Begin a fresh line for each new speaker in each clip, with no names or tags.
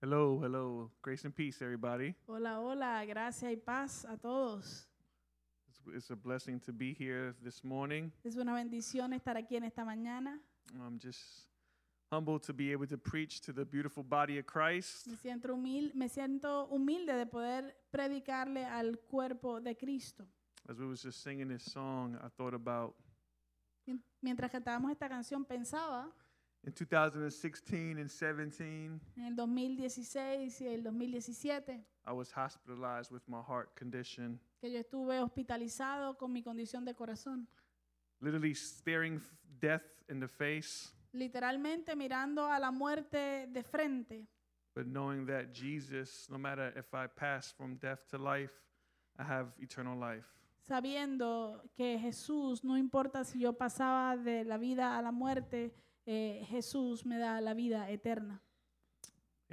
Hello, hello. Grace and peace, everybody.
Hola, hola, gracia y paz a todos.
It's, it's a blessing to be here this morning.
Es una bendición estar aquí en esta mañana.
I'm just humbled to be able to preach to the beautiful body of Christ.
Me siento, humil- me siento humilde de poder predicarle al cuerpo de Cristo.
As we was just singing this song, I thought about
Mien- Mientras cantábamos esta canción pensaba
in 2016 and 17,
en el 2016 y el 2017
I was hospitalized with my heart condition,
que yo estuve hospitalizado con mi condición de corazón.
literally staring f- death in the face,
Literalmente mirando a la muerte de frente,
but knowing that Jesus, no matter if I pass from death to life, I have eternal life.
sabiendo que Jesús, no importa si yo pasaba de la vida a la muerte, eh, Jesús me da la vida eterna.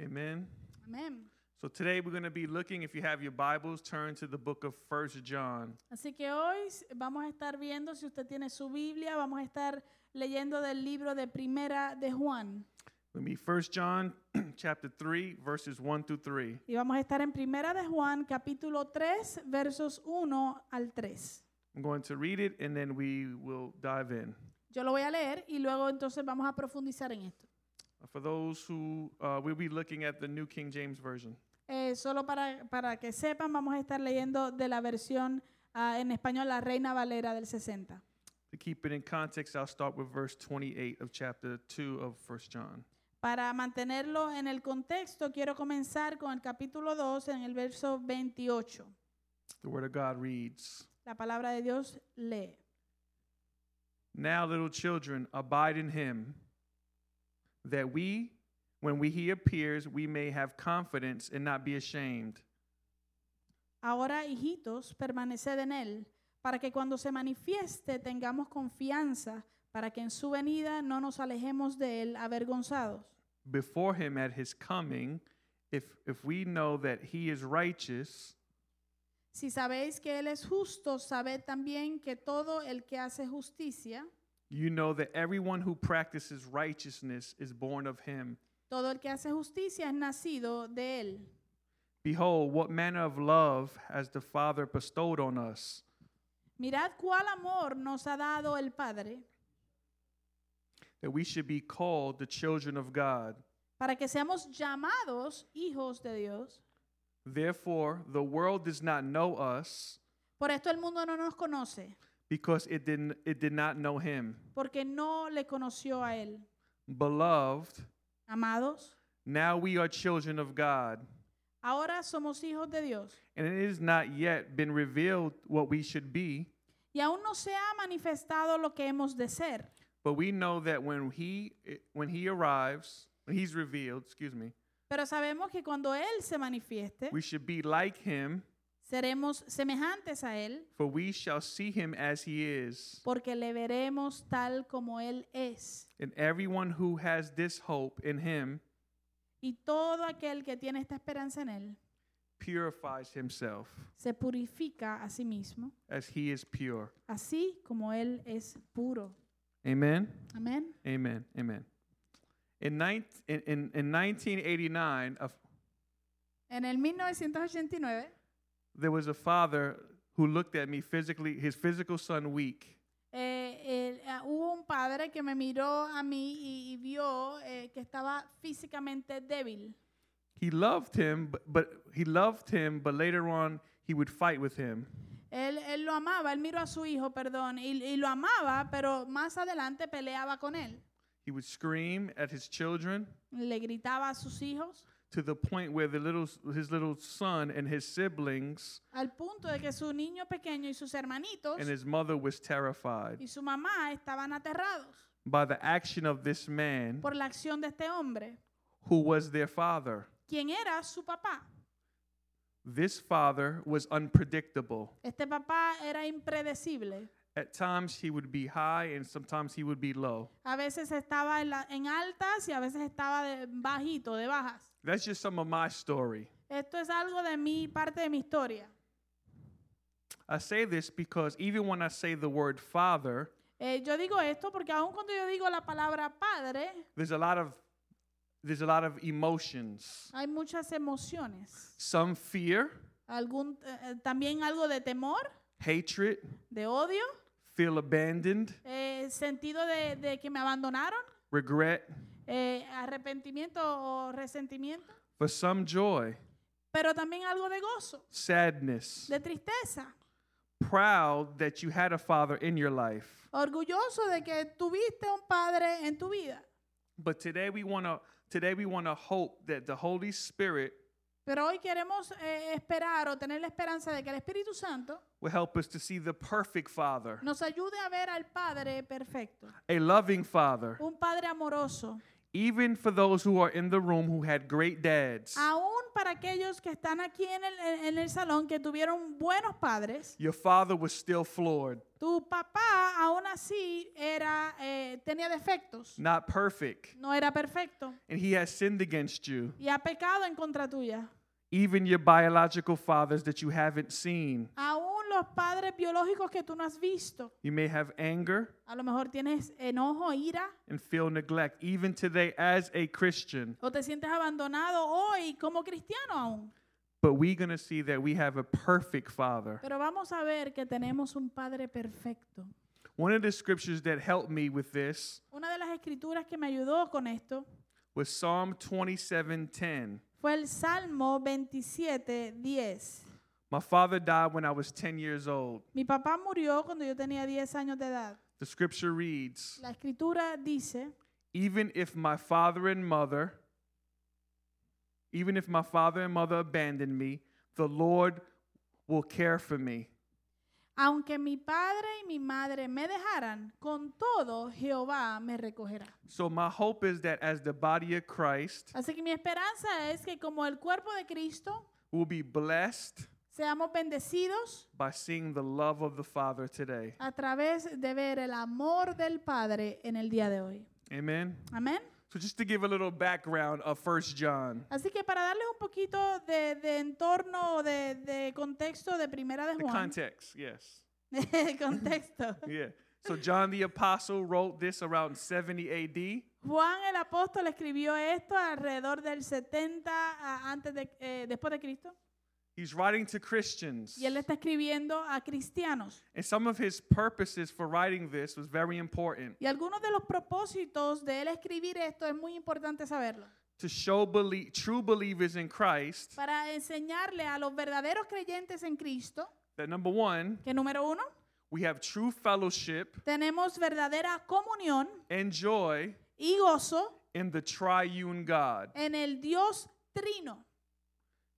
Amen.
Amén.
So today we're going to be looking, if you have your Bibles, turn to the book of First John.
Así que hoy s- vamos a estar viendo, si usted tiene su Biblia, vamos a estar leyendo del libro de Primera de Juan.
Let me First John chapter 3, verses 1 through 3.
Y vamos a estar en Primera de Juan, capítulo 3, versos 1 al 3.
I'm going to read it and then we will dive in.
Yo lo voy a leer y luego entonces vamos a profundizar en esto.
For those who, uh, we'll be looking at the New King James Version.
Eh, solo para, para que sepan, vamos a estar leyendo de la versión ah, en español, la Reina Valera del 60.
To keep it in context, I'll start with verse 28 of chapter 2 of First John.
Para mantenerlo en el contexto, quiero comenzar con el capítulo 2, en el verso 28.
The Word of God reads
La palabra de Dios lee.
Now, little children, abide in him, that we, when we, he appears, we may have confidence and not be ashamed.
Ahora, hijitos, permaneced en él, para que cuando se manifieste tengamos confianza, para que en su venida no nos alejemos de él avergonzados.
before him at his coming, if, if we know that he is righteous,
Si sabéis que él es justo, sabed también que todo el que hace justicia,
you know that everyone who practices righteousness is born of him.
todo el que hace justicia es nacido de él.
Behold, what manner of love has the Father bestowed on us,
Mirad cuál amor nos ha dado el Padre,
that we should be called the children of God.
para que seamos llamados hijos de Dios.
Therefore, the world does not know us
Por esto el mundo no nos conoce,
because it did, it did not know him.
porque no le conoció a él.
Beloved,
Amados,
now we are children of God,
ahora somos hijos de Dios
and it has not yet been revealed what we should be.
y aún no se ha manifestado lo que hemos de ser,
But we know that when he when he arrives, when he's revealed, excuse me,
pero sabemos que cuando Él se manifieste,
we should be like him,
seremos semejantes a Él,
for we shall see him as he is.
porque le veremos tal como Él es.
And everyone who has this hope in him
Y todo aquel que tiene esta esperanza en Él
purifies himself
se purifica a sí mismo,
as he is pure.
así como Él es puro.
Amen.
Amén.
Amen. Amen. In, nine, in, in, in 1989, a f-
En el 1989,
there was a father who looked at me physically, his physical son weak,
eh, el- ah, hubo un padre que me miró a mí y, y vio eh, que estaba físicamente débil.
he loved him but, but he loved him but later on he would fight with him
Él, él lo amaba, él miró a su hijo, perdón, y, y lo amaba, pero más adelante peleaba con él.
he would scream at his children
Le gritaba a sus hijos
to the point where the little his little son and his siblings
al punto de que su niño pequeño y sus hermanitos
and his mother was terrified
y su mamá estaban aterrados
by the action of this man
por la acción de este hombre,
who was their father
quien era su papá.
this father was unpredictable
Este papá era impredecible.
at times he would be high and sometimes he would be low
A veces estaba en, la- en altas y a veces estaba de- bajito, de bajas.
that's just some of my story
Esto es algo de mi parte de mi historia.
i say this because even when i say the word father
Eh, yo digo esto porque aun cuando yo digo la palabra padre,
there's a lot of there's a lot of emotions.
Hay muchas emociones.
Some fear,
Algún, eh, también algo de temor,
hatred,
de odio,
feel abandoned,
eh, sentido de, de que me abandonaron,
regret,
eh, arrepentimiento o resentimiento,
but some joy,
pero también algo de gozo,
sadness,
de tristeza,
proud that you had a father in your life.
orgulloso de que tuviste un padre en tu vida.
But today we want to today we want to hope that the Holy Spirit
Pero hoy queremos eh, esperar o tener la esperanza de que el Espíritu Santo
will help us to see the perfect father,
nos ayude a ver al Padre perfecto,
a loving father,
un Padre amoroso,
even for those who are in the room who had great dads.
aún para aquellos que están aquí en el, en- en el salón que tuvieron buenos padres.
Your father was still floored,
Tu papá aún así era, eh, tenía defectos,
not perfect,
no era perfecto
and he has sinned against you.
y ha pecado en contra tuya.
Even your biological fathers that you haven't seen.
Aún los padres biológicos que tú no has visto,
You may have anger
a lo mejor tienes enojo, ira,
and feel neglect, even today as a Christian.
o te sientes abandonado hoy como cristiano aún.
But we're going to see that we have a perfect father.
Pero vamos a ver que tenemos un Padre perfecto.
One of the scriptures that helped me with this
Una de las escrituras que me ayudó con esto
was Psalm 27:10.
fue el Salmo 27, 10.
My father died when I was 10 years old.
Mi papá murió cuando yo tenía 10 años de edad.
The scripture reads,
La escritura dice,
even if my father and mother even if my father and mother abandon me, the Lord will care for me.
aunque mi padre y mi madre me dejaran, con todo Jehová me recogerá.
So my hope is that as the body of Christ,
Así que mi esperanza es que como el cuerpo de Cristo,
we'll be blessed
seamos bendecidos
by seeing the love of the Father today.
a través de ver el amor del Padre en el día de hoy.
Amen.
Amén.
So just to give a little background of First John,
Así que para darles un poquito de, de entorno, de, de contexto de Primera de
the
Juan.
context, yes.
El contexto.
Yeah. So John the apostle wrote this around 70 AD.
Juan el apóstol escribió esto alrededor del 70 a- antes de, eh, después de Cristo.
He's writing to Christians.
Y él está escribiendo a cristianos.
And some of his purposes for writing this was very important
Y algunos de los propósitos de él escribir esto es muy importante saberlo.
to show belie- true believers in Christ
Para enseñarle a los verdaderos creyentes en Cristo,
that number 1,
que número uno,
we have true fellowship
tenemos verdadera comunión
and joy
y gozo
in the triune God.
en el Dios trino.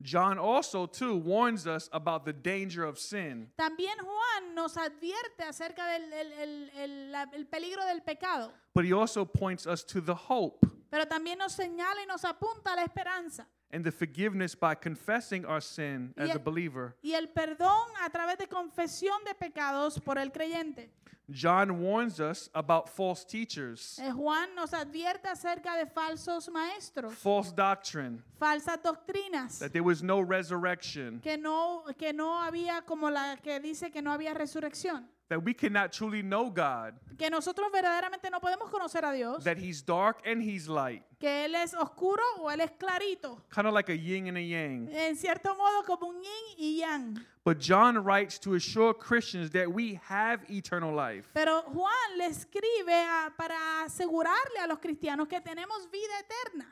John also too warns us about the danger of sin.
También Juan nos advierte acerca del el- el- el- la- el peligro del pecado,
But he also points us to the hope
pero también nos señala y nos apunta a la esperanza
and the forgiveness by confessing our sin as
Yeah.
a believer.
y el perdón a través de confesión de pecados por el creyente.
John warns us about false teachers,
Eh, Juan nos advierte acerca de falsos maestros,
false doctrine,
falsas doctrinas,
that there was no resurrection,
que no, que no había como la que dice que no había resurrección,
that we cannot truly know God,
que nosotros verdaderamente no podemos conocer a Dios,
that he's dark and he's light,
que Él es oscuro o Él es clarito,
kind of like a yin and a yang.
en cierto modo como un yin y yang.
But John writes to assure Christians that we have eternal life.
Pero Juan le escribe a- para asegurarle a los cristianos que tenemos vida eterna.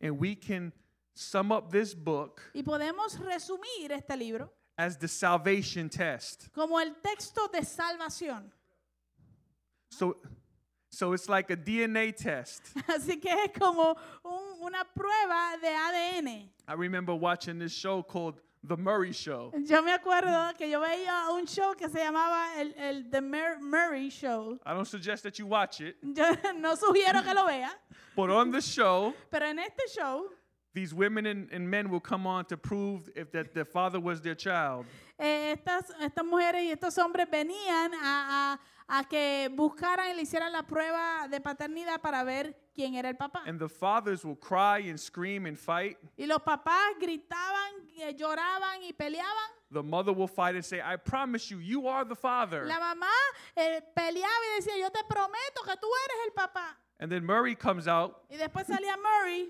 And we can sum up this book
Y podemos resumir este libro
as the salvation test.
como el texto de salvación.
So so it's like a DNA test.
Así que es como un- una prueba de ADN.
I remember watching this show called The Murray Show.
Yo me acuerdo que yo veía un show que se llamaba el, el The Mur- Murray Show.
I don't suggest that you watch it,
Yo no sugiero que lo vea,
but on the show,
pero en este show
these women and, and men will come on to prove if that their father was their child.
eh, estas, estas mujeres y estos hombres venían a, a- a que buscaran y le hicieran la prueba de paternidad para ver quién era el papá.
And the fathers will cry and scream and fight.
Y los papás gritaban, eh, lloraban y peleaban.
The mother will fight and say, I promise you, you are the father.
La mamá eh, peleaba y decía, yo te prometo que tú eres el papá.
And then Murray comes out
Y después salía Murray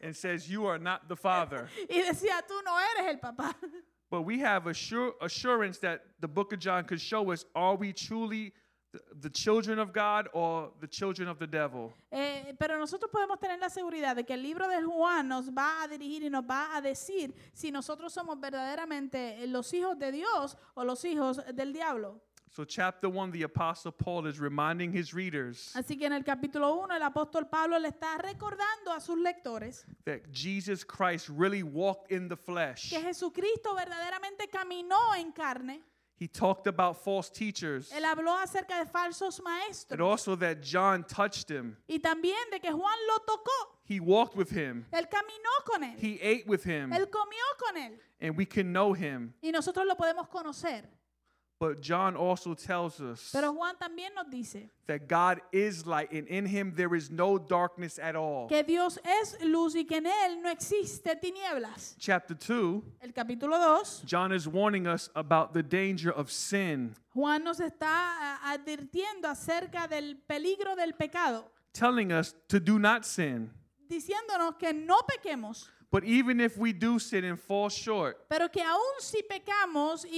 and says, You are not the father.
y decía, tú no eres el papá.
But we have assur- assurance that the book of John could show us are we truly th- the children of God or the children of the devil?
Eh, pero nosotros podemos tener la seguridad de que el libro de Juan nos va a dirigir y nos va a decir si nosotros somos verdaderamente eh, los hijos de Dios o los hijos del diablo.
So, chapter one, the apostle Paul is reminding his readers
Así que en el capítulo 1 el apóstol Pablo le está recordando a sus lectores
that Jesus Christ really walked in the flesh.
que Jesucristo verdaderamente caminó en carne.
He talked about false teachers,
Él habló acerca de falsos
and
maestros
also that John touched him.
y también de que Juan lo tocó.
He walked with him,
Él caminó con él.
he ate with him,
Él comió con él.
and we can know him.
Y nosotros lo podemos conocer.
But John also tells us
Pero Juan también nos dice
that God is light, and in him there is no darkness at all.
que Dios es luz y que en Él no existe tinieblas.
Chapter 2,
El capítulo 2,
John is warning us about the danger of sin,
Juan nos está ah, advirtiendo acerca del peligro del pecado,
telling us to do not sin.
diciéndonos que no pequemos,
But even if we do sin and fall short,
pero que aún si pecamos y,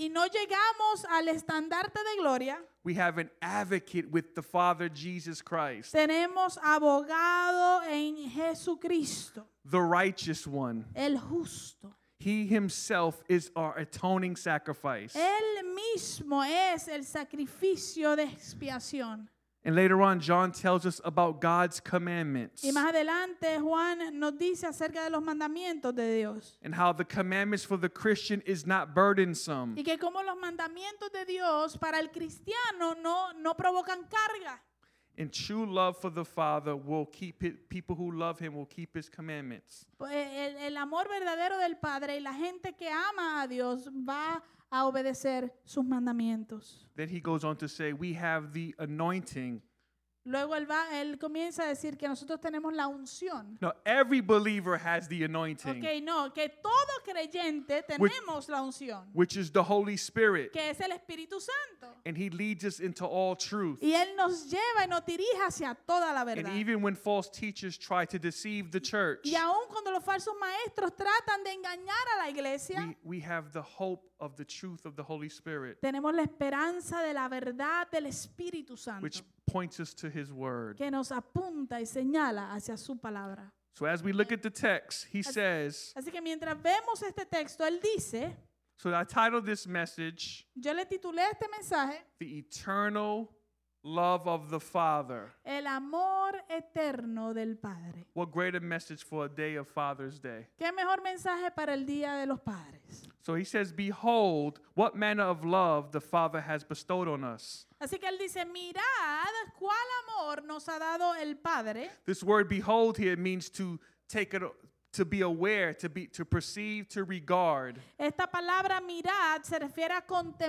y- y no llegamos al estandarte de gloria,
we have an advocate with the Father, Jesus Christ,
tenemos abogado en Jesucristo,
the righteous one.
el justo.
He himself is our atoning sacrifice.
Él mismo es el sacrificio de expiación.
And later on, John tells us about God's commandments
Y más adelante Juan nos dice acerca de los mandamientos de Dios
and how the commandments for the Christian is not burdensome.
y que como los mandamientos de Dios para el cristiano no, no provocan carga.
And true love for the Father will keep it, people who love him will keep his commandments.
Pues, El, el amor verdadero del Padre y la gente que ama a Dios va a obedecer sus mandamientos.
Then he goes on to say, We have the anointing.
Luego él, va, él comienza a decir que nosotros tenemos la unción.
Now, every believer has the anointing,
Ok, no, que todo creyente tenemos la unción,
which is the Holy Spirit.
que es el Espíritu Santo.
And he leads us into all truth.
Y Él nos lleva y nos dirige hacia toda la
And
verdad.
even when false teachers try to deceive the church,
Y aun cuando los falsos maestros tratan de engañar a la iglesia,
we, we have the hope of the truth of the Holy Spirit,
tenemos la esperanza de la verdad del Espíritu Santo
which points us to his word.
que nos apunta y señala hacia su palabra.
So, as we look at the text, he says,
Así que mientras vemos este texto, él dice,
So I titled this message,
yo le titulé este mensaje,
The Eternal Love of the Father.
El amor eterno del Padre.
What greater message for a day of Father's Day?
¿Qué mejor mensaje para el Día de los Padres?
So he says, Behold, what manner of love the Father has bestowed on us.
Así que él dice, mirad cuál amor nos ha dado el Padre.
This word behold here means to take it to be aware, to be to perceive, to regard.
Esta palabra mirad se refiere a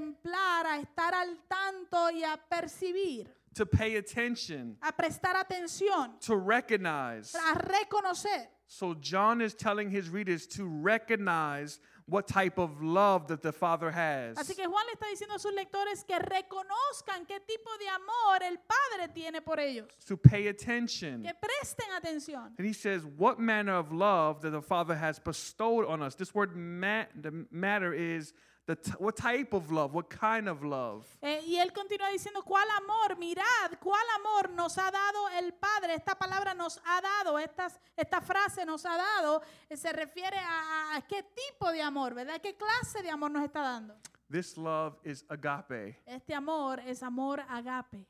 contemplar, a estar al tanto y a percibir,
to pay attention,
a prestar atención,
to recognize.
a reconocer.
So John is telling his readers to recognize what type of love that the Father has.
Así que Juan le está diciendo a sus lectores que reconozcan qué tipo de amor el Padre tiene por ellos,
To pay attention.
que presten atención.
And he says, What manner of love that the Father has bestowed on us? This word ma- the matter is the t- what type of love, what kind of love.
Eh, y él continúa diciendo, ¿cuál amor? Mirad, ¿cuál amor nos ha dado el Padre? Esta palabra nos ha dado, estas, esta frase nos ha dado, eh, se refiere a, a- a qué tipo de amor, ¿verdad? ¿Qué clase de amor nos está dando?
This love is agape,
Este amor es amor agape,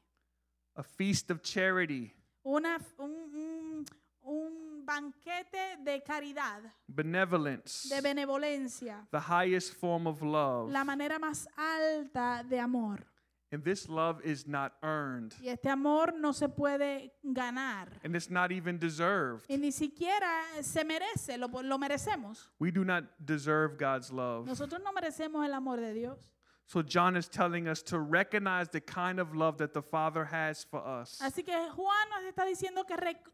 a feast of charity,
una, f- un, un- un banquete de caridad,
benevolence,
de benevolencia,
the highest form of love.
la manera más alta de amor.
And this love is not earned,
Y este amor no se puede ganar.
and it's not even deserved.
Y ni siquiera se merece, lo, lo merecemos.
We do not deserve God's love.
Nosotros no merecemos el amor de Dios.
So John is telling us to recognize the kind of love that the Father has for us.
Así que Juan nos está diciendo que rec-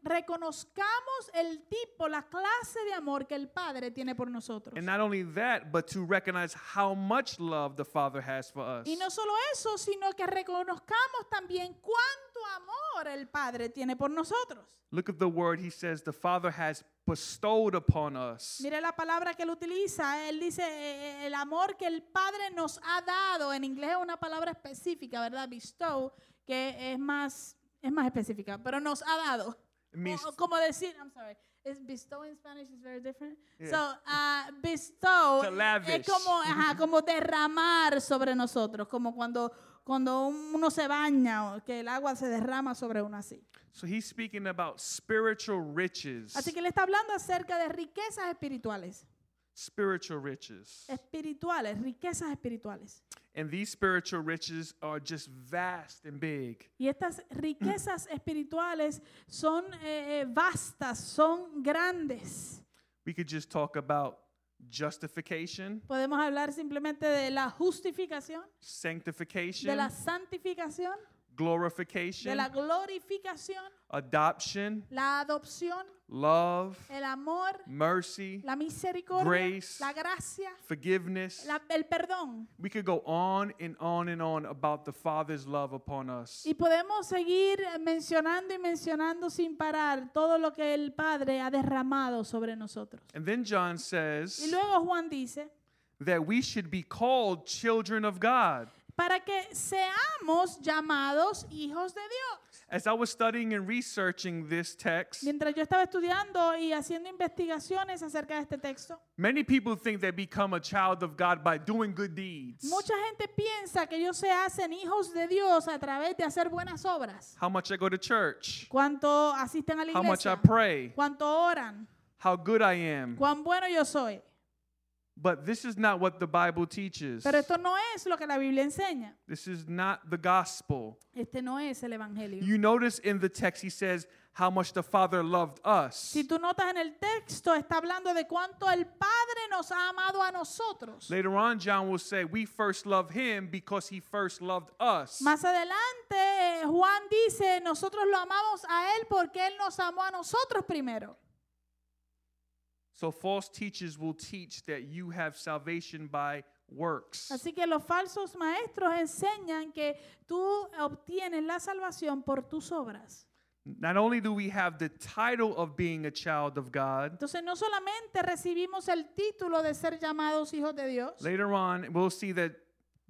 reconozcamos el tipo, la clase de amor que el Padre tiene por nosotros.
And not only that, but to recognize how much love the Father has for us.
Y no solo eso, sino que reconozcamos también cuánto amor el Padre tiene por nosotros.
Look at the word he says the Father has bestowed upon us.
Mire la palabra que él utiliza. Él dice eh, eh, el amor que el Padre nos ha dado. En inglés es una palabra específica, ¿verdad? Bestow, que es más, es más específica, pero nos ha dado.
It means
O- o como decir, I'm sorry. Is bestow in Spanish is very different.
Yeah.
So, ah, bestow
To lavish.
es como, ajá, como derramar sobre nosotros, como cuando, cuando uno se baña, o que el agua se derrama sobre uno así.
so he's speaking about spiritual riches.
Así que le está hablando acerca de riquezas espirituales,
Spiritual riches.
espirituales, riquezas espirituales.
And these spiritual riches are just vast and big.
Y estas riquezas espirituales son eh, eh, vastas, son grandes.
We could just talk about justification,
Podemos hablar simplemente de la justificación, de
sanctification,
la santificación, de
glorification,
la glorificación,
adoption,
la adopción,
love,
el amor,
mercy,
la misericordia,
Grace.
la gracia,
forgiveness.
la- el perdón.
We could go on and on and on about the Father's love upon us.
Y podemos seguir mencionando y mencionando sin parar todo lo que el Padre ha derramado sobre nosotros.
And then John
Y
says
luego Juan dice,
that we should be called children of God.
para que seamos llamados hijos de Dios.
As I was studying and researching this text,
Mientras yo estaba estudiando y haciendo investigaciones acerca de este texto,
many people think they become a child of God by doing good deeds.
mucha gente piensa que ellos se hacen hijos de Dios a través de hacer buenas obras.
How much I go to church,
Cuánto asisten a la
how much I
iglesia,
pray,
cuánto oran,
how good I am.
cuán bueno yo soy.
But this is not what the Bible teaches.
Pero esto no es lo que la Biblia enseña.
This is not the gospel.
Este no es el evangelio.
You notice in the text, he says how much the Father loved us.
Si tú notas en el texto, está hablando de cuánto el Padre nos ha amado a nosotros.
Later on, John will say, We first love him because he first loved us.
Más adelante, eh, Juan dice, nosotros lo amamos a Él porque Él nos amó a nosotros primero.
So false teachers will teach that you have salvation by works.
Así que los falsos maestros enseñan que tú obtienes la salvación por tus obras.
Not only do we have the title of being a child of God,
Entonces no solamente recibimos el título de ser llamados hijos de Dios,
later on, we'll see that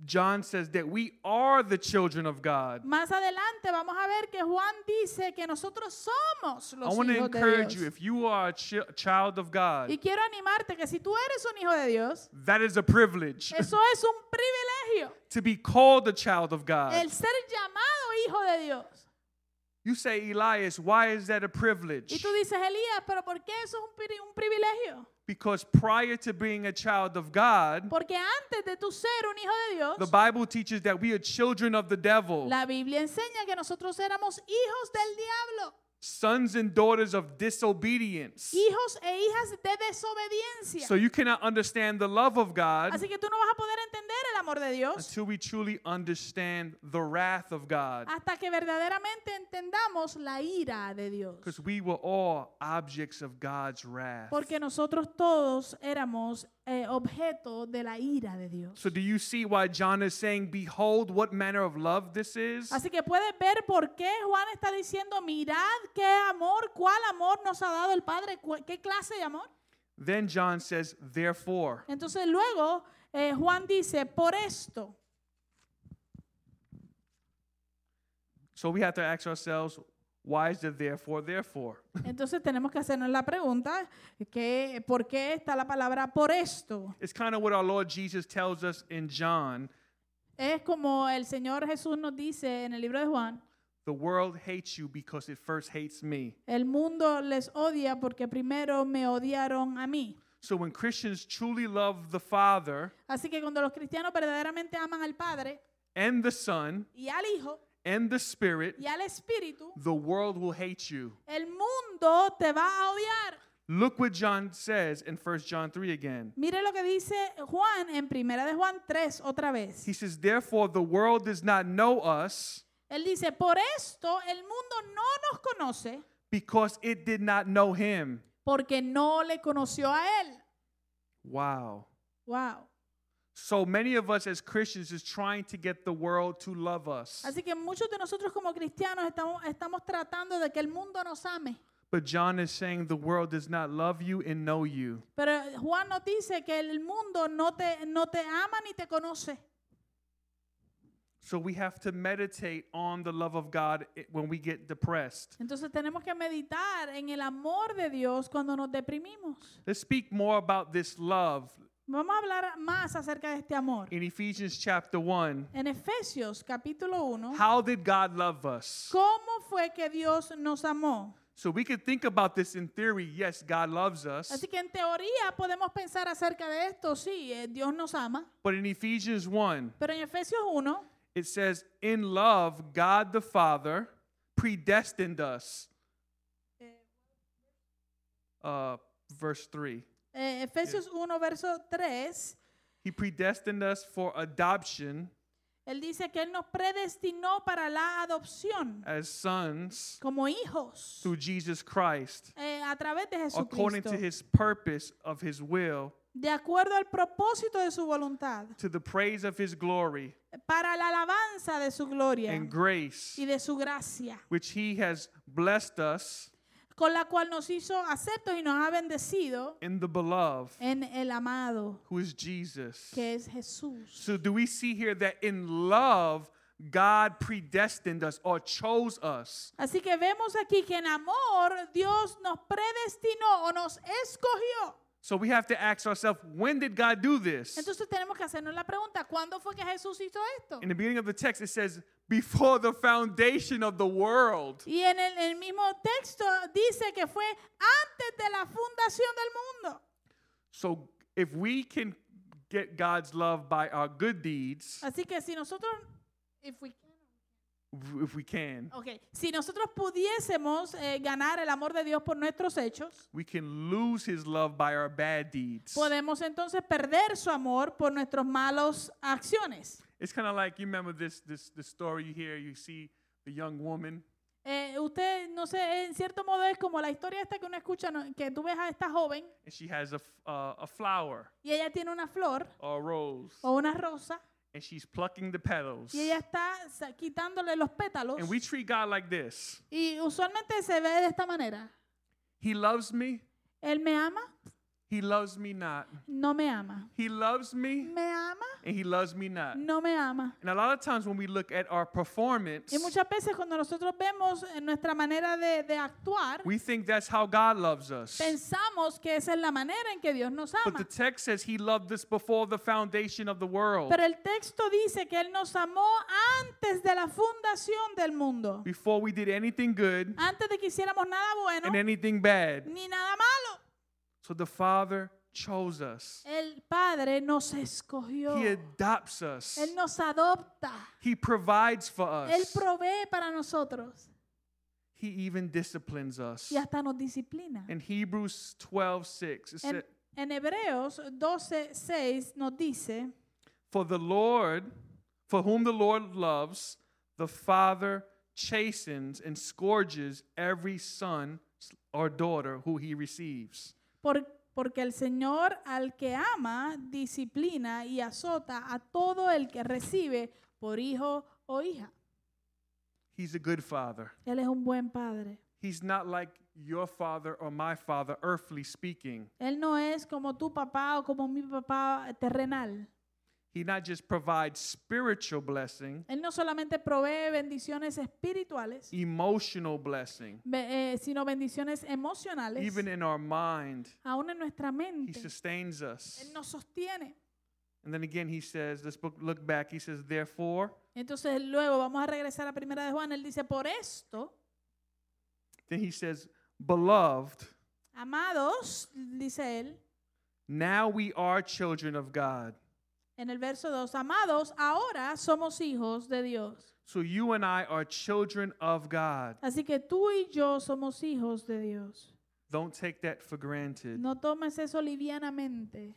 John says that we are the children of God.
más adelante vamos a ver que Juan dice que nosotros somos
I
los
want to
hijos de
encourage
Dios.
you if you are a chi- child of God,
Y quiero animarte que si tú eres un hijo de Dios,
that is a privilege
eso es un privilegio,
to be called a child of God.
el ser llamado hijo de Dios.
You say, Elias, why is that a
Y
privilege?
tú dices, Elías, pero ¿por qué eso es un, pri- un privilegio?
Because prior to being a child of God,
Porque antes de tú ser un hijo de
the
Dios,
Bible teaches that we are children of the devil,
la Biblia enseña que nosotros éramos hijos del diablo,
sons and daughters of disobedience.
hijos e hijas de desobediencia.
So you cannot understand the love of God
Así que tú no vas a poder entender el amor de Dios
until we truly understand the wrath of God.
hasta que verdaderamente entendamos la ira de Dios.
Because we were all objects of God's wrath.
Porque nosotros todos éramos eh, objeto de la ira de Dios.
So do you see why John is saying, Behold, what manner of love this is?
Así que puedes ver por qué Juan está diciendo, mirad qué amor, cuál amor nos ha dado el Padre, cu- qué clase de amor.
Then John says, Therefore.
Entonces luego eh, Juan dice, por esto,
So we have to ask ourselves, why is there therefore, therefore?
entonces tenemos que hacernos la pregunta, que, ¿por qué está la palabra por esto?
It's kind of what our Lord Jesus tells us in John.
Es como el Señor Jesús nos dice en el libro de Juan,
The world hates you because it first hates me.
el mundo les odia porque primero me odiaron a mí.
So when Christians truly love the Father
Así que cuando los cristianos verdaderamente aman al Padre
and the Son
y al Hijo
and the Spirit,
y al Espíritu,
the world will hate you.
el mundo te va a odiar.
Look what John says in 1 John 3 again.
Mire lo que dice Juan en Primera de Juan 3 otra vez.
He says, Therefore, the world does not know us
Él dice, por esto el mundo no nos conoce
because it did not know him.
porque no le conoció a él.
Wow.
Wow.
So many of us as Christians is trying to get the world to love us.
Así que muchos de nosotros como cristianos estamos, estamos tratando de que el mundo nos ame.
But John is saying the world does not love you and know you.
Pero eh, Juan nos dice que el mundo no te, no te ama ni te conoce.
So we have to meditate on the love of God i- when we get depressed.
Entonces tenemos que meditar en el amor de Dios cuando nos deprimimos.
Let's speak more about this love
Vamos a hablar más acerca de este amor.
in Ephesians chapter 1.
En Efesios capítulo 1,
How did God love us?
¿cómo fue que Dios nos amó?
So we could think about this in theory. Yes, God loves us.
Así que en teoría podemos pensar acerca de esto, sí, eh, Dios nos ama.
But in Ephesians 1,
Pero en Efesios 1
it says, In love, God the Father predestined us. Uh, verse 3.
Eh, Efesios 1, verso 3,
He predestined us for adoption
él dice que él nos predestinó para la adopción
as sons
como hijos
through Jesus Christ,
eh, a través de
according
Jesucristo,
to his purpose of his will,
de acuerdo al propósito de su voluntad,
to the praise of his glory
para la alabanza de su gloria
and grace,
y de su gracia,
which he has blessed us
con la cual nos hizo aceptos y nos ha bendecido
in the beloved,
en el amado,
who is Jesus.
que es Jesús.
So, do we see here that in love, God predestined us or chose us?
Así que vemos aquí que en amor Dios nos predestinó o nos escogió.
So, we have to ask ourselves, when did God do this?
Entonces tenemos que hacernos la pregunta, ¿cuándo fue que Jesús hizo esto?
In the beginning of the text, it says, before the foundation of the world.
Y en el, el mismo texto dice que fue antes de la fundación del mundo.
So, if we can get God's love by our good deeds,
Así que si nosotros, if we can-
if we can,
ok, si nosotros pudiésemos eh, ganar el amor de Dios por nuestros hechos,
we can lose his love by our bad deeds.
podemos entonces perder su amor por nuestras malas acciones.
It's kind of like you remember this this the story you hear, you see the young woman
Eh, usted, no sé, en cierto modo es como la historia esta que uno escucha, ¿no? que tú ves a esta joven
and she has a f- uh, a flower
y ella tiene una flor
or a rose
o una rosa
and she's plucking the petals.
y ella está sa- quitándole los pétalos.
And we treat God like this.
Y usualmente se ve de esta manera.
He loves me,
Él me ama,
he loves me not.
no me ama.
He loves me
Me ama,
and he loves me not.
no me ama.
And a lot of times when we look at our performance,
Y muchas veces cuando nosotros vemos eh, nuestra manera de, de actuar,
we think that's how God loves us.
pensamos que esa es la manera en que Dios nos
But the
ama.
text says he loved us before the foundation of the world.
Pero el texto dice que Él nos amó antes de la fundación del mundo,
Before we did anything good
antes de que hiciéramos nada
and
bueno
anything bad.
ni nada malo.
So the Father chose us.
El Padre nos escogió.
He
Él
adopts us.
nos adopta.
He provides for
Él
us.
provee para nosotros
He even disciplines us.
y hasta nos disciplina.
In Hebrews 12, 6, it said,
En, en Hebreos 12, 6 nos dice,
For the Lord, for whom the Lord loves, the Father chastens and scourges every son or daughter who he receives.
"Por- porque el Señor al que ama, disciplina y azota a todo el que recibe por hijo o hija.
He's a good father.
Él es un buen padre.
He's not like your father or my father, earthly speaking.
Él no es como tu papá o como mi papá terrenal.
He not just provides spiritual blessing,
Él no solamente provee bendiciones espirituales,
emotional blessing,
be- eh, sino bendiciones emocionales,
even in our mind.
aún en nuestra
He
mente.
sustains us.
Él nos sostiene.
And then again, he says, let's book- look back. He says, therefore,
Entonces luego vamos a regresar a Primera de Juan. Él dice, por esto,
then he says, beloved,
amados, dice él
now we are children of God.
en el verso 2, amados, ahora somos hijos de Dios.
So you and I are children of God.
Así que tú y yo somos hijos de Dios.
Don't take that for granted.
No tomes eso livianamente.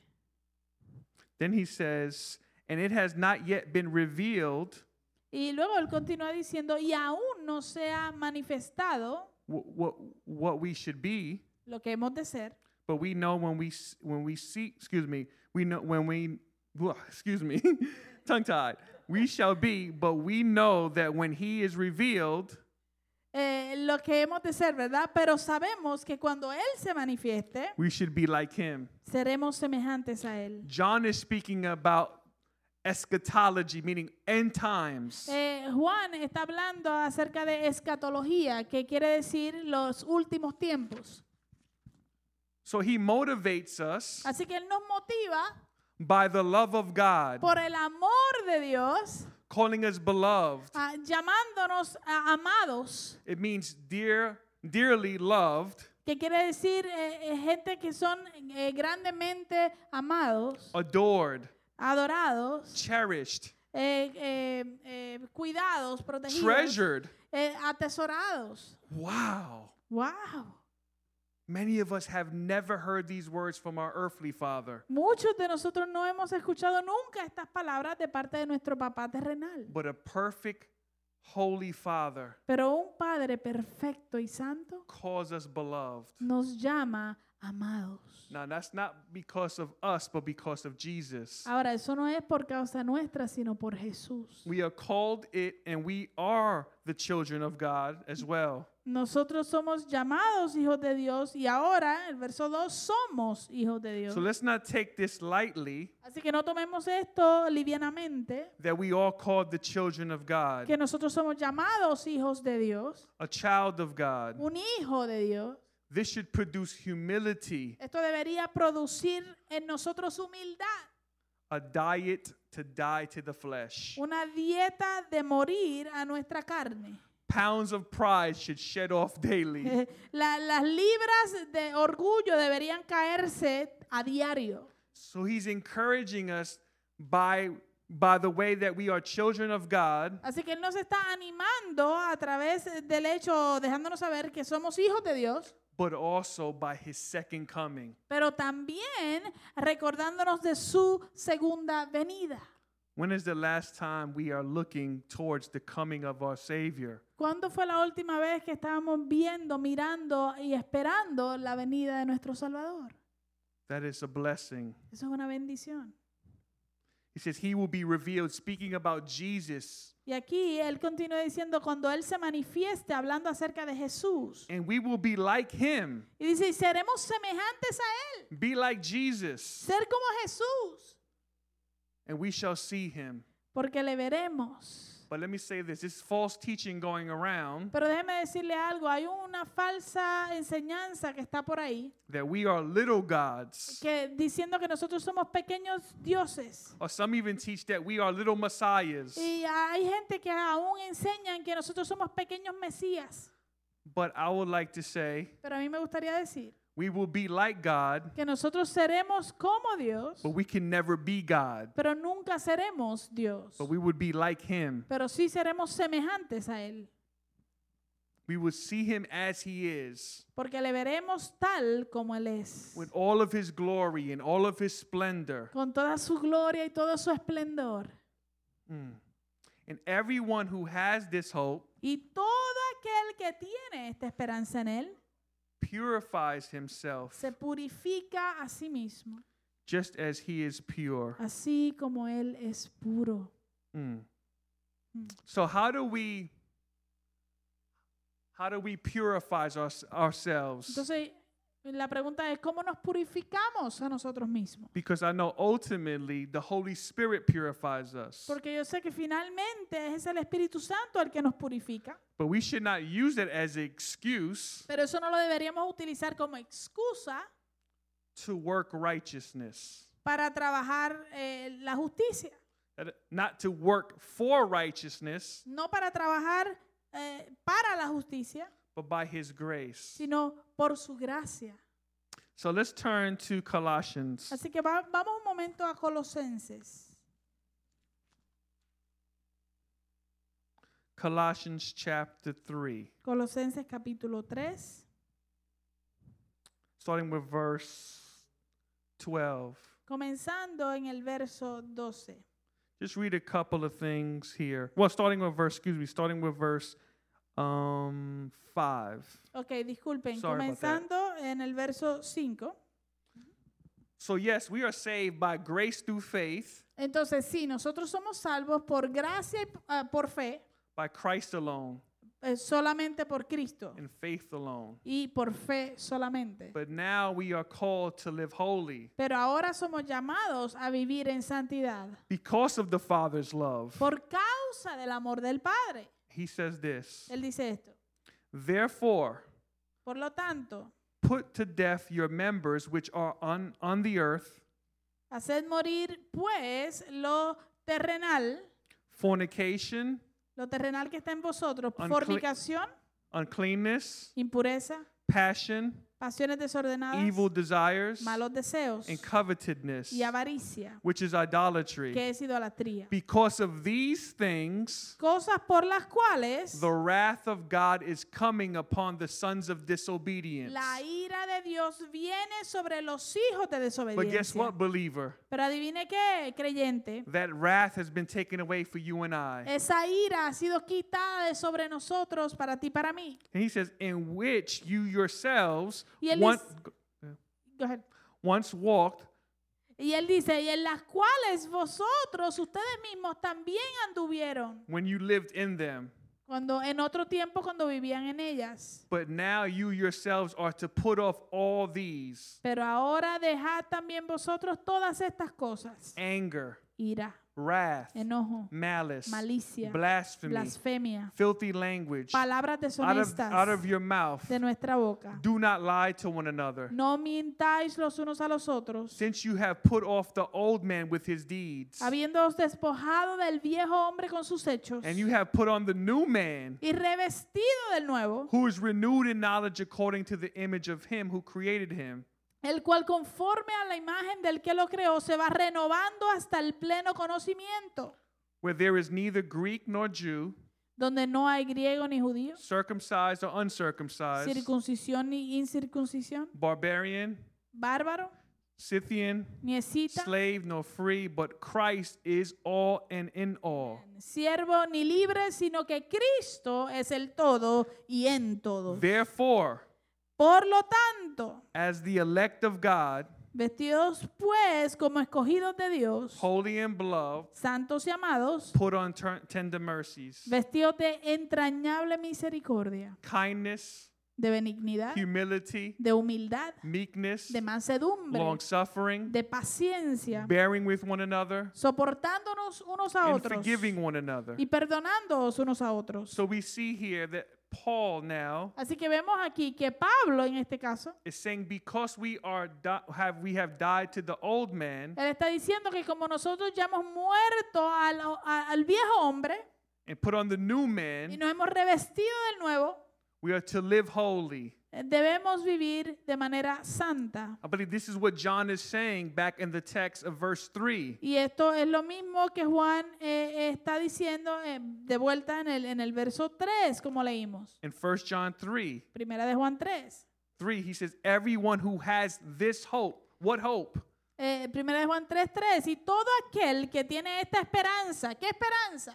Then he says, and it has not yet been revealed
Y luego él continúa diciendo, y aún no se ha manifestado
what, what, what we should be,
lo que hemos de ser,
but we know when we s- when we seek, excuse me, we know when we Blah, excuse me, tongue tied. We shall be, but we know that when he is revealed,
eh, lo que hemos de ser, ¿verdad? Pero sabemos que cuando Él se manifieste,
we should be like him.
seremos semejantes a Él.
John is speaking about eschatology, meaning end times.
Eh, Juan está hablando acerca de escatología, que quiere decir los últimos tiempos.
So he motivates us
Así que Él nos motiva
by the love of God,
por el amor de Dios,
calling us beloved.
ah, llamándonos ah, amados,
It means dear, dearly loved,
que quiere decir eh, eh, gente que son eh, grandemente amados,
adored,
adorados,
cherished,
eh, eh, eh, cuidados, protegidos,
treasured.
eh, atesorados.
Wow.
Wow.
Many of us have never heard these words from our earthly father,
Muchos de nosotros no hemos escuchado nunca estas palabras de parte de nuestro papá terrenal,
but a perfect, holy father
pero un Padre perfecto y santo
calls us beloved.
nos llama amados.
Now, that's not because of us, but because of Jesus.
Ahora, eso no es por causa nuestra, sino por Jesús.
We are called it, and we are the children of God as well.
Nosotros somos llamados hijos de Dios y ahora, el verso 2, somos hijos de Dios.
So let's not take this lightly
Así que no tomemos esto livianamente,
that we are called the children of God,
que nosotros somos llamados hijos de Dios,
a child of God.
un hijo de Dios.
This should produce humility,
Esto debería producir en nosotros humildad.
a diet to die to the flesh.
una dieta de morir a nuestra carne.
Pounds of pride should shed off daily.
La- las libras de orgullo deberían caerse a diario.
So he's encouraging us by by the way that we are children of God
Así que Él nos está animando a través del hecho, dejándonos saber que somos hijos de Dios,
but also by his second coming.
pero también recordándonos de su segunda venida.
When is the last time we are looking towards the coming of our Savior?
¿Cuándo fue la última vez que estábamos viendo, mirando y esperando la venida de nuestro Salvador?
That is a blessing.
Eso es una bendición.
He says, He will be revealed, speaking about Jesus,
Y aquí él continúa diciendo, cuando él se manifieste hablando acerca de Jesús.
and we will be like Him.
Y dice, y seremos semejantes a él,
Be like Jesus,
ser como Jesús,
and we shall see Him.
porque le veremos.
But let me say this this false teaching going around
Pero déjeme decirle algo, hay una falsa enseñanza que está por ahí,
that we are little gods,
que diciendo que nosotros somos pequeños dioses.
or some even teach that we are little messiahs.
Y hay gente que aún enseñan que nosotros somos pequeños mesías.
But I would like to say,
Pero a mí me gustaría decir
we will be like God,
que nosotros seremos como Dios,
but we can never be God,
pero nunca seremos Dios.
but we would be like Him.
pero sí seremos semejantes a Él,
We will see Him as He is,
porque le veremos tal como Él es,
with all of His glory and all of His splendor.
con toda su gloria y todo su esplendor.
Mm. And everyone who has this hope
Y todo aquel que tiene esta esperanza en Él
purifies himself
se purifica a sí mismo,
just as he is pure.
así como Él es puro.
Mm.
Mm.
So how do we how do we purify our, ourselves?
Entonces, la pregunta es, ¿cómo nos purificamos a nosotros mismos?
Because I know ultimately the Holy Spirit purifies us.
Porque yo sé que finalmente es el Espíritu Santo el que nos purifica,
But we should not use it as an excuse
pero eso no lo deberíamos utilizar como excusa
to work righteousness.
para trabajar eh, la justicia,
That- Not to work for righteousness,
no para trabajar eh, para la justicia,
but by his grace.
sino por su gracia.
So let's turn to Colossians.
Así que va- vamos un momento a Colosenses,
Colossians chapter 3,
Colosenses capítulo 3,
starting with verse 12.
comenzando en el verso 12.
Just read a couple of things here. Well, starting with verse, excuse me, starting with verse um, 5.
Ok, disculpen,
Sorry about that.
comenzando en el verso 5.
So, yes, we are saved by grace through faith,
Entonces, sí, nosotros somos salvos por gracia y ah, por fe,
by Christ alone,
eh, solamente por Cristo
and faith alone.
y por fe solamente.
But now we are called to live holy
Pero ahora somos llamados a vivir en santidad
because of the Father's love.
por causa del amor del Padre.
He says this
Él dice esto.
Therefore,
Por lo tanto,
put to death your members which are on, on the earth
haced morir pues lo terrenal,
fornication,
lo terrenal que está en vosotros,
Uncle-
fornicación,
uncleanness,
impureza,
passion,
pasiones desordenadas,
evil desires,
malos deseos
and covetousness,
y avaricia,
which is idolatry.
que es idolatría.
Because of these things,
Cosas por las cuales
the wrath of God is coming upon the sons of disobedience.
la ira de Dios viene sobre los hijos de
But guess
desobediencia.
what, believer?
Pero adivine qué, creyente.
That wrath has been taken away for you and I.
Esa ira ha sido quitada de sobre nosotros para ti, para mí.
And he says, in which you yourselves
Y él
once,
Go ahead.
once walked,
Y él dice, y en las cuales vosotros, ustedes mismos también anduvieron
when you lived in them.
cuando en otro tiempo cuando vivían en ellas.
But now you yourselves are to put off all these
Pero ahora dejad también vosotros todas estas cosas.
anger,
Ira,
wrath,
enojo,
malice,
malicia,
blasphemy,
blasfemia,
filthy language
palabras
out of, out
deshonestas
of your mouth.
de nuestra boca.
Do not lie to one another.
No mintáis los unos a los otros,
Since you have put off the old man with his deeds,
habiéndoos despojado del viejo hombre con sus hechos
and you have put on the new man,
y revestido del nuevo,
who is renewed in knowledge according to the image of him who created him.
el cual conforme a la imagen del que lo creó se va renovando hasta el pleno conocimiento,
Where there is neither Greek nor Jew,
donde no hay griego ni judío,
circumcised or uncircumcised,
circuncisión ni incircuncisión,
barbarian,
bárbaro,
Scythian,
ni escita,
slave nor free, but Christ is all and in all.
siervo ni libre, sino que Cristo es el todo y en todo.
Therefore,
Por lo tanto,
as the elect of God,
vestidos pues como escogidos de Dios,
holy and beloved,
santos y amados,
put on ter- tender mercies,
vestidos de entrañable misericordia,
kindness,
de benignidad,
humility,
de humildad,
meekness,
de mansedumbre,
long suffering,
de paciencia,
bearing with one another,
soportándonos unos a
and
otros
forgiving one another.
y perdonándoos unos a otros.
So we see here that Paul now
Así que vemos aquí que Pablo, en este caso,
is saying because we are di- have we have died to the old man
él está diciendo que como nosotros ya hemos muerto al, a- al viejo hombre
and put on the new
y
man,
nos hemos revestido del nuevo,
we are to live holy.
eh, debemos vivir de manera santa.
I believe this is what John is saying back in the text of verse 3.
Y esto es lo mismo que Juan eh, está diciendo eh, de vuelta en el, en el verso 3, como leímos.
In 1 John 3,
Primera de Juan 3.
3, he says, Everyone who has this hope, what hope?
Eh, primera de Juan 3, 3. Y todo aquel que tiene esta esperanza, ¿qué esperanza?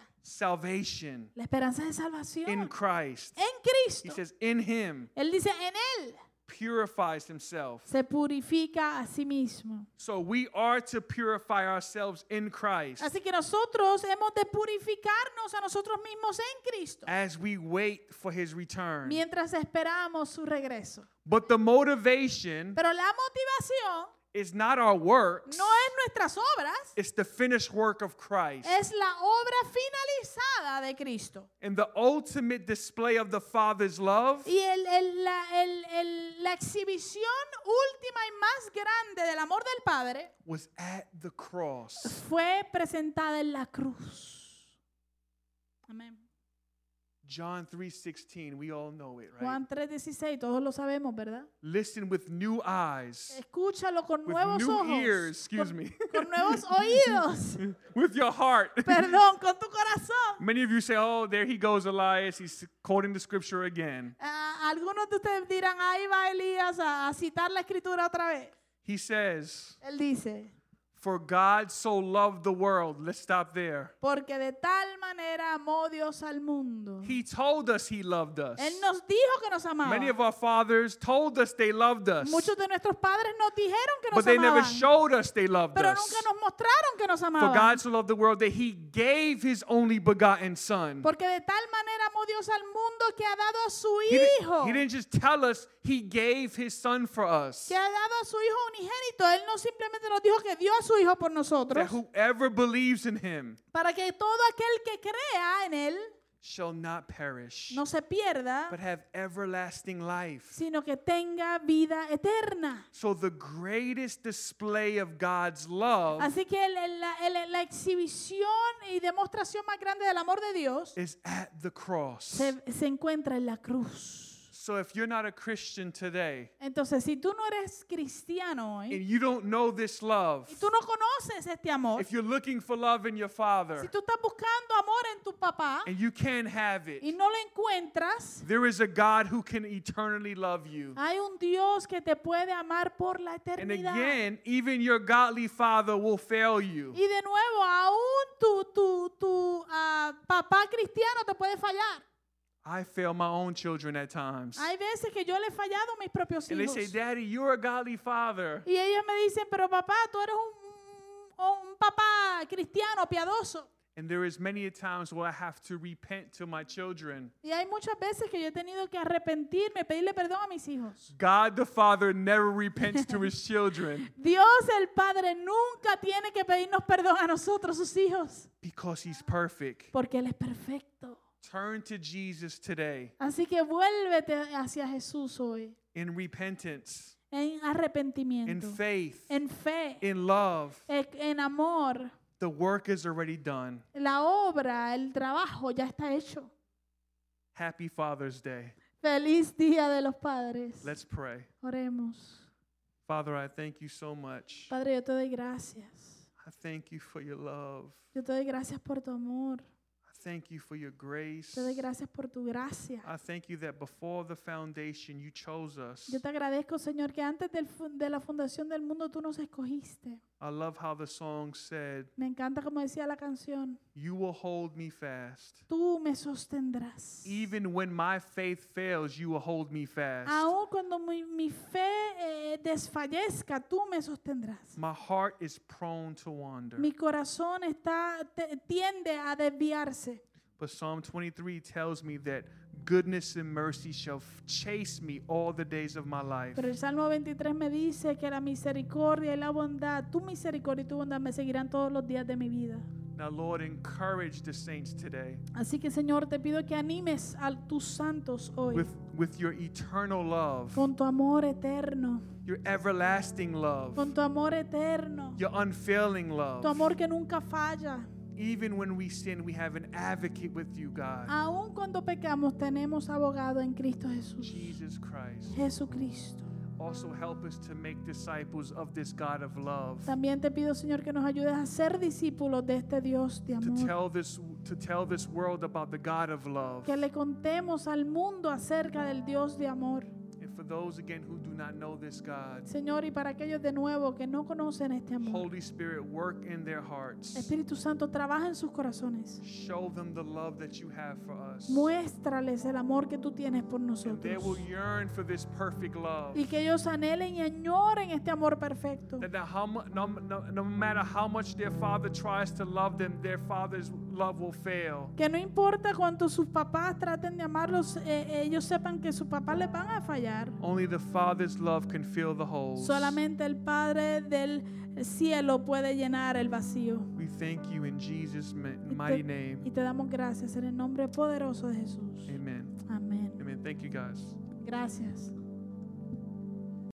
Salvation
La esperanza de salvación
in Christ.
en
He
Cristo.
says, In him
Él dice, en Él
purifies himself.
se purifica a sí mismo.
So we are to purify ourselves in Christ.
Así que nosotros hemos de purificarnos a nosotros mismos en Cristo
as we wait for his return.
mientras esperamos su regreso.
But the motivation
Pero la motivación
is not our works,
no es nuestras obras,
it's the finished work of Christ.
es la obra finalizada de Cristo.
And the ultimate display of the Father's love
Y el- el- la, el- el- la exhibición última y más grande del amor del Padre
was at the cross.
fue presentada en la cruz. Amén.
John 3:16, we all know it, right?
Juan 3:16, todos lo sabemos, ¿verdad?
Listen with new eyes,
Escúchalo con
with
nuevos
new
Eh, ojos,
ears, excuse
con,
me,
con nuevos oídos,
with your heart.
perdón, con tu corazón.
Many of you say, "Oh, there he goes Elias, he's quoting the scripture again."
Ah, algunos de ustedes dirán, ahí va Elías a, a citar la escritura otra vez.
He says,
Él dice,
For God so loved the world. Let's stop there.
Porque de tal manera amó Dios al mundo.
He told us he loved us.
Él nos dijo que nos amaba.
Many of our fathers told us they loved us,
Muchos de nuestros padres nos dijeron que
but
nos
they never
amaban,
showed us they loved
pero
us.
nunca nos mostraron que nos
For
amaban.
God so loved the world that he gave his only begotten son.
Porque de tal manera amó Dios al mundo que ha dado a su
He, di-
hijo.
he didn't just tell us, he gave his son for us.
que ha dado a su hijo unigénito. Él no simplemente nos dijo que dio a su hijo por
That
nosotros,
whoever believes in him
para que todo aquel que crea en él
shall not perish,
no se pierda,
but have everlasting life.
sino que tenga vida eterna.
So the greatest display of God's love
Así que el- el- la, el- la exhibición y demostración más grande del amor de Dios
is at the cross.
se, se encuentra en la cruz.
So if you're not a Christian today
Entonces, si tú no eres cristiano hoy,
and you don't know this love,
y tú no conoces este amor,
if you're looking for love in your
si
father
tú estás buscando amor en tu papá
and you can't have it,
y no lo encuentras,
there is a God who can eternally love you.
Hay un Dios que te puede amar por la
And
eternidad.
again, even your godly father will fail you.
y de nuevo, aún tu, tu, tu ah, papá cristiano te puede fallar.
I fail my own children at times.
Hay veces que yo le he fallado a mis propios
And they
hijos.
say, Daddy, you're a godly father.
y ellos me dicen, pero papá, tú eres un, un- un papá cristiano, piadoso.
And there is many a times where I have to repent to my children.
Y hay muchas veces que yo he tenido que arrepentirme, pedirle perdón a mis hijos.
God the Father never repents to his children
Dios el Padre nunca tiene que pedirnos perdón a nosotros, sus hijos,
because he's perfect.
porque Él es perfecto.
Turn to Jesus today
Así que vuélvete hacia Jesús hoy.
in repentance,
en
in
arrepentimiento,
faith,
en fe,
in love.
e- en amor.
The work is already done.
La obra, el trabajo ya está hecho.
Happy Father's Day.
Feliz Día de los Padres.
Let's pray.
Oremos.
Father, I thank you so much.
Padre, yo te doy gracias.
I thank you for your love.
Yo te doy gracias por tu amor.
I thank you for your grace.
Te doy gracias por tu gracia.
I thank you that before the foundation, you chose us.
Yo te agradezco, Señor, que antes del fun- de la fundación del mundo tú nos escogiste.
I love how the song said,
Me encanta como decía la canción,
You will hold me fast.
tú me sostendrás.
Even when my faith fails, you will hold me fast.
Aun cuando mi, mi fe eh, desfallezca, tú me sostendrás.
My heart is prone to wander.
Mi corazón está te- tiende a desviarse.
But Psalm 23 tells me that goodness and mercy shall f- chase me all the days of my life.
Pero el Salmo 23 me dice que la misericordia y la bondad, tu misericordia y tu bondad me seguirán todos los días de mi vida.
Now, Lord, encourage the saints today
Así que Señor, te pido que animes a tus santos hoy
with, with your eternal love,
con tu amor eterno,
your everlasting
con
love,
tu amor eterno,
your unfailing
tu
love.
amor que nunca falla.
Even when we sin, we have an advocate with you, God,
Aun cuando pecamos tenemos abogado en Cristo Jesús.
Jesus Christ.
Jesucristo.
Also, help us to make disciples of this God of love,
También te pido, Señor, que nos ayudes a ser discípulos de este Dios de
to
amor.
tell this, to tell this world about the God of love.
que le contemos al mundo acerca del Dios de amor.
And for those again who do not know this God,
Señor, y para aquellos de nuevo que no conocen este amor,
Holy Spirit, work in their hearts.
Espíritu Santo, trabaja en sus corazones.
Show them the love that you have for us.
Muéstrales el amor que tú tienes por
And they
nosotros.
will yearn for this perfect love.
Y que ellos anhelen y añoren este amor perfecto.
That no, how mu- no, no, no matter how much their father tries to love them, their father's love will fail.
Que no importa cuánto sus papás traten de amarlos, eh, ellos sepan que sus papás les van a fallar.
Only the father's love can fill the holes.
Solamente el Padre del cielo puede llenar el vacío.
We thank you in Jesus' ma- mighty name.
Y te damos gracias en el nombre poderoso de Jesús.
Amen.
Amén.
Amen. Thank you, guys.
Gracias.